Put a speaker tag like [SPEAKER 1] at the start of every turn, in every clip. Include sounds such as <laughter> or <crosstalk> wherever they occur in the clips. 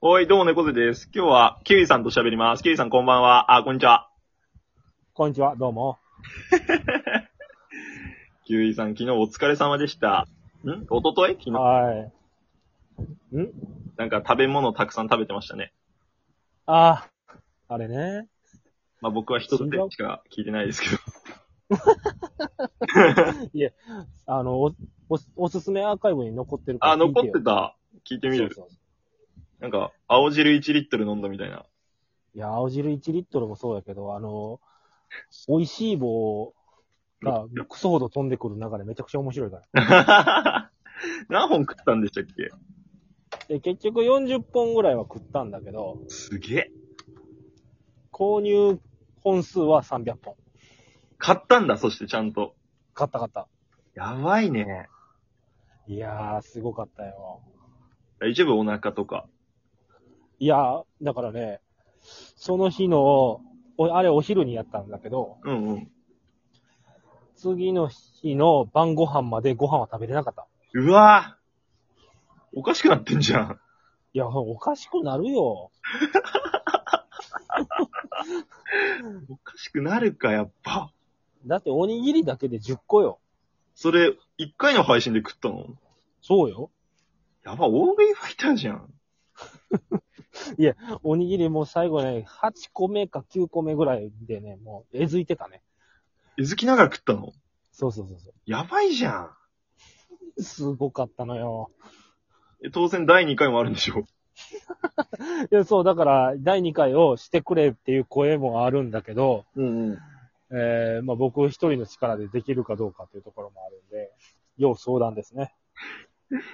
[SPEAKER 1] おい、どうも、猫背です。今日は、キウイさんと喋ります。キウイさん、こんばんは。あ、こんにちは。
[SPEAKER 2] こんにちは、どうも。
[SPEAKER 1] キウイさん、昨日お疲れ様でした。んおととい昨日、
[SPEAKER 2] はい。ん
[SPEAKER 1] なんか食べ物たくさん食べてましたね。
[SPEAKER 2] ああ、あれね。
[SPEAKER 1] まあ、僕は一つでしか聞いてないですけど。
[SPEAKER 2] あの、お、おす、おすすめアーカイブに残ってるから
[SPEAKER 1] <laughs> あ、
[SPEAKER 2] 聞い
[SPEAKER 1] 残
[SPEAKER 2] よ
[SPEAKER 1] ってた。聞いてみる。
[SPEAKER 2] そうそう
[SPEAKER 1] なんか、青汁1リットル飲んだみたいな。 <laughs>
[SPEAKER 2] いや、青汁1リットルもそうやけど、あの、美味しい棒がクソほど飛んでくる中でめちゃくちゃ面白いから。
[SPEAKER 1] 何本食ったんでしたっけ
[SPEAKER 2] で、結局40本ぐらいは食ったんだけど、
[SPEAKER 1] すげえ。
[SPEAKER 2] 購入本数は300本。
[SPEAKER 1] 買ったんだ、そしてちゃんと。
[SPEAKER 2] 買った買った。
[SPEAKER 1] やばいね。
[SPEAKER 2] いやー、すごかったよ。
[SPEAKER 1] 大丈夫お腹とか。
[SPEAKER 2] いや、だからね、その日の、おあれお昼にやったんだけど、
[SPEAKER 1] うんうん。
[SPEAKER 2] 次の日の晩ご飯までご飯は食べれなかった。
[SPEAKER 1] うわぁおかしくなってんじゃん。
[SPEAKER 2] いや、おかしくなるよ。
[SPEAKER 1] おかしくなるか、やっぱ。
[SPEAKER 2] だっておにぎりだけで10個よ。
[SPEAKER 1] それ、一回の配信で食ったの
[SPEAKER 2] そうよ。
[SPEAKER 1] やば、大食いファイターじゃん。
[SPEAKER 2] おにぎりもう最後ね、8個目か9個目ぐらいでね、もうえずいてたね。
[SPEAKER 1] えずきながら食ったの
[SPEAKER 2] そうそうそうそ
[SPEAKER 1] やばいじゃん。
[SPEAKER 2] う。すごかったのよ。
[SPEAKER 1] え当然第2回もあるんでしょ。
[SPEAKER 2] いや、そう、だから、第2回をしてくれっていう声もあるんだけど、
[SPEAKER 1] うんうん。
[SPEAKER 2] えー、まあ僕一人の力でできるかどうかというところもあるんで、要相談ですね。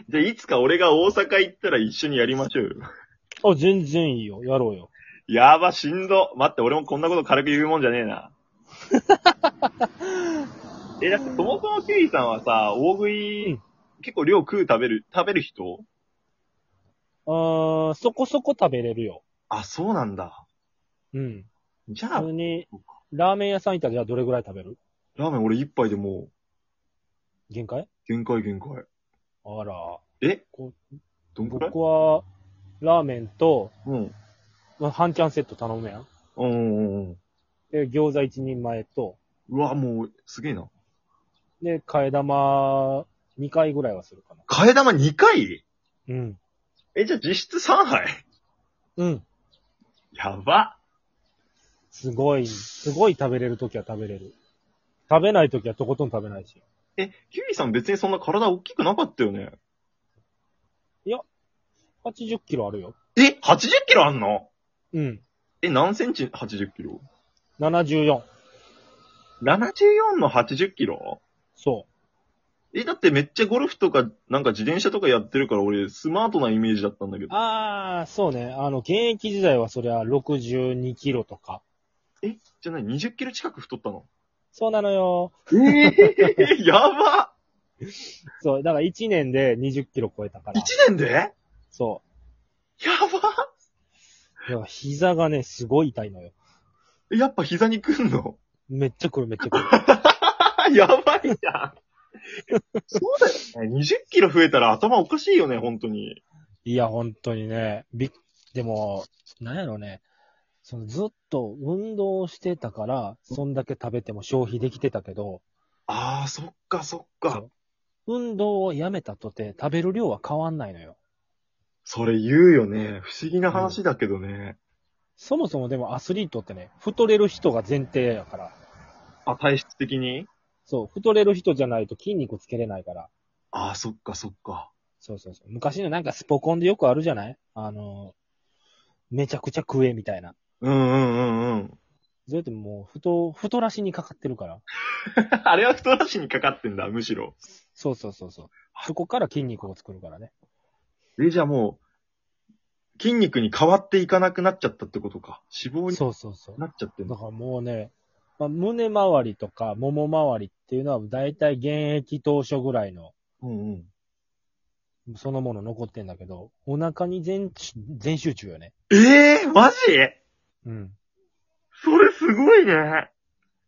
[SPEAKER 1] じゃあ、いつか俺が大阪行ったら一緒にやりましょうよ。
[SPEAKER 2] あ、全然いいよ。やろうよ。
[SPEAKER 1] やば、しんど。待って、俺もこんなこと軽く言うもんじゃねえ <laughs> な。え、だって、そもそもキウイさんはさ、大食い、
[SPEAKER 2] うん
[SPEAKER 1] 結構量食う食べる、食べる人
[SPEAKER 2] うーん、そこそこ食べれるよ。
[SPEAKER 1] あ、そうなんだ。
[SPEAKER 2] うん。
[SPEAKER 1] じゃあ
[SPEAKER 2] 普通、に、ラーメン屋さん行ったらじゃあどれぐらい食べる
[SPEAKER 1] ラーメン俺一杯でもう、
[SPEAKER 2] 限界
[SPEAKER 1] 限界限界。
[SPEAKER 2] あら。
[SPEAKER 1] え
[SPEAKER 2] こ
[SPEAKER 1] どんくらい
[SPEAKER 2] 僕は、ラーメンと、
[SPEAKER 1] うん。
[SPEAKER 2] まあ、半キャンセット頼むやん。
[SPEAKER 1] うんうんうんうん。
[SPEAKER 2] で、餃子一人前と、
[SPEAKER 1] うわ、もう、すげえな。
[SPEAKER 2] で、替え玉2回ぐらいはするかな。
[SPEAKER 1] 替え玉2回
[SPEAKER 2] うん。
[SPEAKER 1] え、じゃあ実質3杯
[SPEAKER 2] うん。
[SPEAKER 1] やば。
[SPEAKER 2] すごい、すごい食べれるときは食べれる。食べないときはとことん食べないし。
[SPEAKER 1] え、キュウリさん別にそんな体大きくなかったよね。
[SPEAKER 2] 80キロあるよ。
[SPEAKER 1] え、80キロあんの
[SPEAKER 2] うん。
[SPEAKER 1] え、何センチ80キロ
[SPEAKER 2] 74。
[SPEAKER 1] ?74 の80キロ
[SPEAKER 2] そ
[SPEAKER 1] え、だってめっちゃゴルフとか、なんか自転車とかやってるから俺、スマートなイメージだったんだけ
[SPEAKER 2] う。
[SPEAKER 1] ど。
[SPEAKER 2] あー、そうね。あの、現役時代はそりゃ62キロとか。
[SPEAKER 1] え、じゃない、20キロ近く太ったの
[SPEAKER 2] そうなのよ。
[SPEAKER 1] えー、 <laughs> やば
[SPEAKER 2] そう、だから1年で20キロ超えたから
[SPEAKER 1] !1。年でや
[SPEAKER 2] そ
[SPEAKER 1] ば
[SPEAKER 2] う。だから膝がね、すごい痛いのよ。
[SPEAKER 1] えやっぱ膝にくんの
[SPEAKER 2] めっちゃ来る、めっちゃ来
[SPEAKER 1] <laughs>
[SPEAKER 2] る。
[SPEAKER 1] やばいじゃん。そうだよね。20キロ増えたら頭おかしいよね、本当に。
[SPEAKER 2] いや、本当にね。びっでも、なんやろね。そのずっと運動してたから、そんだけ食べても消費できてたけど、
[SPEAKER 1] ああ、そっかそっか。
[SPEAKER 2] 運動をやめたとて食べる量は変わんないのよ。
[SPEAKER 1] それ言うよね。不思議な話だけどね。
[SPEAKER 2] そもそもでもアスリートってね、太れる人が前提やから。
[SPEAKER 1] あ、体質的に
[SPEAKER 2] そう、太れる人じゃないと筋肉つけれないから。
[SPEAKER 1] ああ、そっかそっか。
[SPEAKER 2] そうそうそう。昔のなんかスポコンでよくあるじゃないあの、めちゃくちゃ食えみたいな。
[SPEAKER 1] うんうんうんうん。
[SPEAKER 2] それってもう、太、太らしにかかってるから。
[SPEAKER 1] <laughs> あれは太らしにかかってんだ、むしろ。
[SPEAKER 2] そうそうそうそう。そこから筋肉を作るからね。
[SPEAKER 1] え、じゃあもう、筋肉に変わっていかなくなっちゃったってことか。脂肪に
[SPEAKER 2] そうそうそう。
[SPEAKER 1] なっちゃってん
[SPEAKER 2] だ
[SPEAKER 1] だ。
[SPEAKER 2] からもうね、まあ、胸周りとか、もも周りっていうのは、だいたい現役当初ぐらいの、
[SPEAKER 1] うんうん。
[SPEAKER 2] そのもの残ってんだけど、お腹に全集、全集中よね。
[SPEAKER 1] ええー、マジ
[SPEAKER 2] うん。
[SPEAKER 1] それすごいね。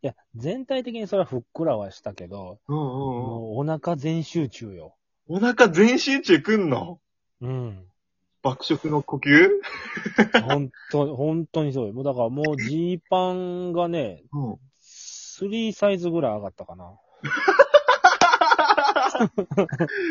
[SPEAKER 2] いや、全体的にそれはふっくらはしたけど、
[SPEAKER 1] うんうんうん。
[SPEAKER 2] もうお腹全集中よ。
[SPEAKER 1] お腹全集中くんの
[SPEAKER 2] うん。
[SPEAKER 1] 爆食の呼吸
[SPEAKER 2] 本当に、本当にそうよ。もうだからもうジーパンがね、
[SPEAKER 1] うん。
[SPEAKER 2] 3サイズぐらい上がったかな。
[SPEAKER 1] <laughs>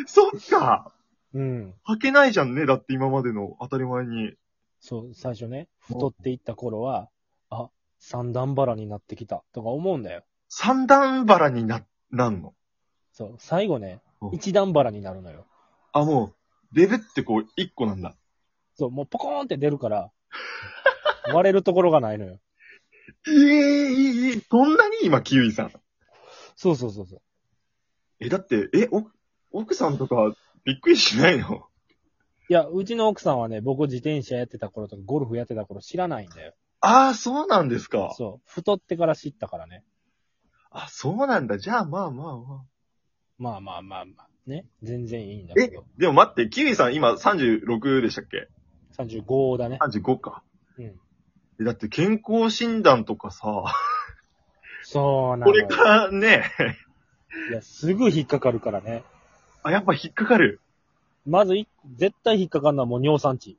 [SPEAKER 1] そっか
[SPEAKER 2] うん。
[SPEAKER 1] 履けないじゃんね。だって今までの当たり前に。
[SPEAKER 2] そう、最初ね、太っていった頃は、あ、三段腹になってきた、とか思うんだよ。
[SPEAKER 1] 三段腹にな、なんの
[SPEAKER 2] そう、最後ね
[SPEAKER 1] う、ん
[SPEAKER 2] 一段腹になるのよ。
[SPEAKER 1] あ、もう、デブってこう、一個なんだ。
[SPEAKER 2] そう、もうポコーンって出るから、 <laughs> 割れるところがないのよ。
[SPEAKER 1] ええええそんなに今、キウイさん。
[SPEAKER 2] そうそうそうそう。
[SPEAKER 1] え、だって、え、お、奥さんとか、びっくりしないの
[SPEAKER 2] いや、うちの奥さんはね、僕自転車やってた頃とか、ゴルフやってた頃知らないんだよ。
[SPEAKER 1] ああ、そうなんですか。
[SPEAKER 2] そう、太ってから知ったからね。
[SPEAKER 1] あ、そうなんだ。じゃあ、まあまあま
[SPEAKER 2] まあまあまあまあ、ね、全然いいんだ
[SPEAKER 1] あ。
[SPEAKER 2] け
[SPEAKER 1] え
[SPEAKER 2] ど。、
[SPEAKER 1] でも待って、キウイさん今36でしたっけ
[SPEAKER 2] 35だね。
[SPEAKER 1] ?35 か。
[SPEAKER 2] うん。
[SPEAKER 1] え、だって健康診断とかさ、
[SPEAKER 2] そうな
[SPEAKER 1] こ
[SPEAKER 2] の
[SPEAKER 1] れ
[SPEAKER 2] よ。
[SPEAKER 1] からね、
[SPEAKER 2] いや、すぐ引っかかるからね。
[SPEAKER 1] あ、やっぱ引っかかる。
[SPEAKER 2] まずい、絶対引っかかるのはもう尿酸値。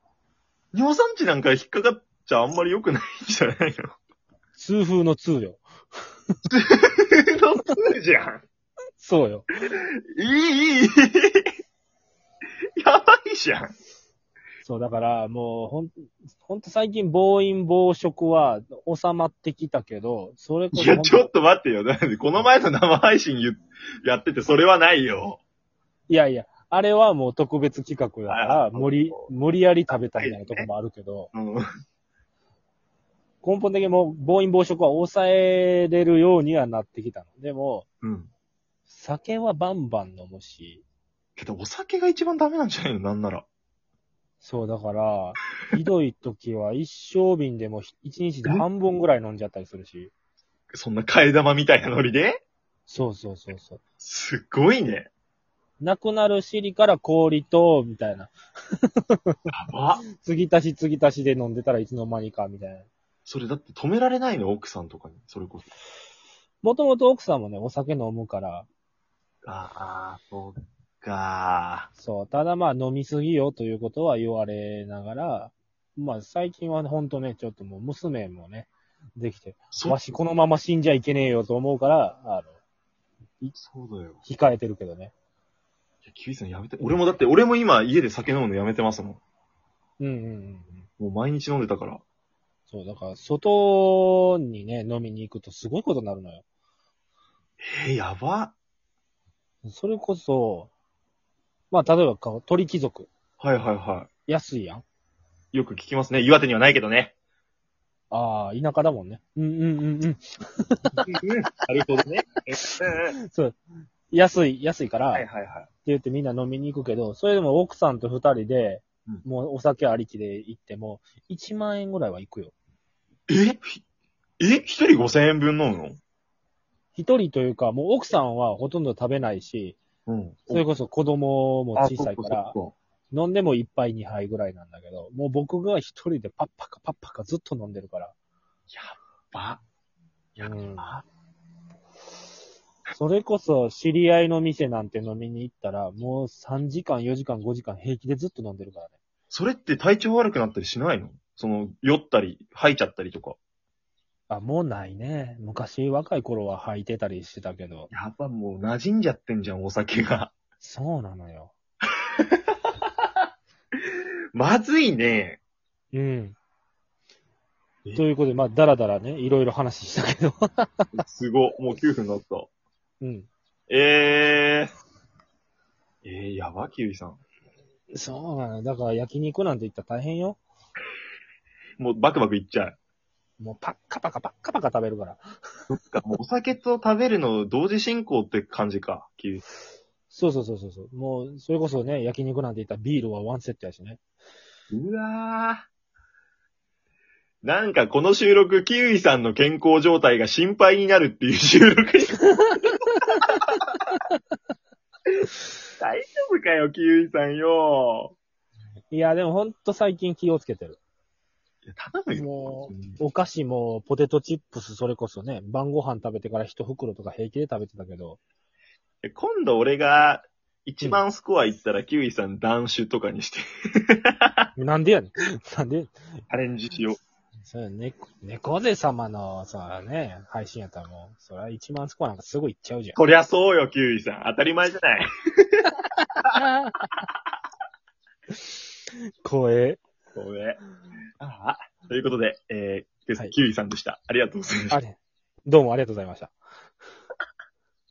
[SPEAKER 1] 尿酸値なんか引っかかっちゃあんまり良くないんじゃないの
[SPEAKER 2] 痛風の痛よ。
[SPEAKER 1] の数じゃん。
[SPEAKER 2] そうよ。
[SPEAKER 1] いい、いい、いい。やばいじゃん。
[SPEAKER 2] そう、だから、もう、ほん、ほんと最近、暴飲暴食は収まってきたけど、それこそ
[SPEAKER 1] い
[SPEAKER 2] ほん
[SPEAKER 1] や、
[SPEAKER 2] と、
[SPEAKER 1] ちょっと待ってよ。だってこの前の生配信言っやってて、それはないよ。
[SPEAKER 2] いやいや、あれはもう特別企画だか
[SPEAKER 1] あ
[SPEAKER 2] ら、
[SPEAKER 1] そう
[SPEAKER 2] 無理、無理やり食べたみたいなとこもあるけど、
[SPEAKER 1] うん。
[SPEAKER 2] 根本的にもう、暴飲暴食は抑えれるようにはなってきたの。でも、
[SPEAKER 1] うん。
[SPEAKER 2] 酒はバンバン飲むし、
[SPEAKER 1] けど、お酒が一番ダメなんじゃないのなんなら。
[SPEAKER 2] そう、だから、ひどい時は一升瓶でも一日で半分ぐらい飲んじゃったりするし、
[SPEAKER 1] そんな替え玉みたいなノリで
[SPEAKER 2] そうそうそうそう。
[SPEAKER 1] すごいね。
[SPEAKER 2] なくなる尻から氷と、みたいな。
[SPEAKER 1] やば。
[SPEAKER 2] 継ぎ足し継ぎ足しで飲んでたらいつの間にか、みたいな。
[SPEAKER 1] それだって止められないの奥さんとかに。それこそ。
[SPEAKER 2] もともと奥さんもね、お酒飲むから、
[SPEAKER 1] ああ、そうか
[SPEAKER 2] そう、ただまあ飲みすぎよということは言われながら、まあ最近はほんとね、ちょっともう娘もね、できて、
[SPEAKER 1] そ
[SPEAKER 2] わしこのまま死んじゃいけねえよと思うから、あ
[SPEAKER 1] そうだよ。
[SPEAKER 2] の、控えてるけどね。
[SPEAKER 1] いや、キウイさんやめて。俺もだって、俺も今家で酒飲むのやめてますもん。
[SPEAKER 2] うんうんうんうん。
[SPEAKER 1] もう毎日飲んでたから。
[SPEAKER 2] そう、だから外にね、飲みに行くとすごいことになるのよ。
[SPEAKER 1] えー、やば。
[SPEAKER 2] それこそ、まあ例えばこう鳥貴族、
[SPEAKER 1] はいはいは
[SPEAKER 2] 安いやん。
[SPEAKER 1] い。よく聞きますね。岩手にはないけどね。
[SPEAKER 2] ああ、田舎だもんね。うんうんうんうん。
[SPEAKER 1] なるほど <laughs> ね。
[SPEAKER 2] そう。安い、安いから、
[SPEAKER 1] はい
[SPEAKER 2] って
[SPEAKER 1] はいはい。
[SPEAKER 2] 言ってみんな飲みに行くけど、それでも奥さんと二人で、
[SPEAKER 1] うん
[SPEAKER 2] もうお酒ありきで行っても、1万円ぐらいは行くよ。
[SPEAKER 1] えひえ一人5000円分飲むの
[SPEAKER 2] 一人というか、もう奥さんはほとんど食べないし、
[SPEAKER 1] うん。
[SPEAKER 2] それこそ子供も
[SPEAKER 1] あ
[SPEAKER 2] 小さいから、
[SPEAKER 1] そっ
[SPEAKER 2] 飲んでも一杯二杯ぐらいなんだけど、もう僕が一人でパッパカパッパカずっと飲んでるから。
[SPEAKER 1] かそっかやば。
[SPEAKER 2] う
[SPEAKER 1] や
[SPEAKER 2] ん
[SPEAKER 1] ば。
[SPEAKER 2] それこそ知り合いの店なんて飲みに行ったら、もう3時間、4時間、5時間平気でずっと飲んでるからね。
[SPEAKER 1] それって体調悪くなったりしないのその、酔ったり、吐いちゃったりとか。
[SPEAKER 2] あ、もうないね。昔若い頃は履いてたりしてたけど。
[SPEAKER 1] やば、もう馴染んじゃってんじゃん、お酒が。
[SPEAKER 2] そうなのよ。
[SPEAKER 1] まずいね。
[SPEAKER 2] うん
[SPEAKER 1] え。
[SPEAKER 2] ということで、まあ、だらだらね、いろいろ話したけど。
[SPEAKER 1] すご。もう9分だった。
[SPEAKER 2] <laughs> うん。
[SPEAKER 1] えー。えー、やば、キウイさん。
[SPEAKER 2] そうなのよ。だから焼肉なんて言ったら大変よ。
[SPEAKER 1] もうバクバクいっちゃう。
[SPEAKER 2] もうパッカパカパッカパカ食べるから。
[SPEAKER 1] もうお酒と食べるの同時進行って感じか、キウイ。
[SPEAKER 2] そうそうそうそうそう。もう、それこそね、焼肉なんて言ったらビールはワンセットやしね。
[SPEAKER 1] うわー。なんかこの収録、キウイさんの健康状態が心配になるっていう <laughs> 収録に。大丈夫かよ、キウイさんよ。
[SPEAKER 2] いや、でもほんと最近気をつけてる。
[SPEAKER 1] いや頼むよ。
[SPEAKER 2] もう、お菓子もポテトチップス、それこそね、晩ご飯食べてから一袋とか平気で食べてたけど。
[SPEAKER 1] 今度俺が一番スコアいったらキウイさん断酒とかにして、
[SPEAKER 2] なんでやねん。 <laughs> なんで
[SPEAKER 1] アレンジしよう。
[SPEAKER 2] そうやね、猫背様の、さ、ね、配信やったらもう、そりゃ1万スコアなんかすぐいっちゃうじ
[SPEAKER 1] そりゃそうよ、キウイさん。当たり前じゃない。
[SPEAKER 2] ゃん。怖え。
[SPEAKER 1] これ。ああ。ということで、えー、今朝
[SPEAKER 2] はい
[SPEAKER 1] キウイさんでした。ありがとうございました
[SPEAKER 2] あ。れ、どうもありがとうございました。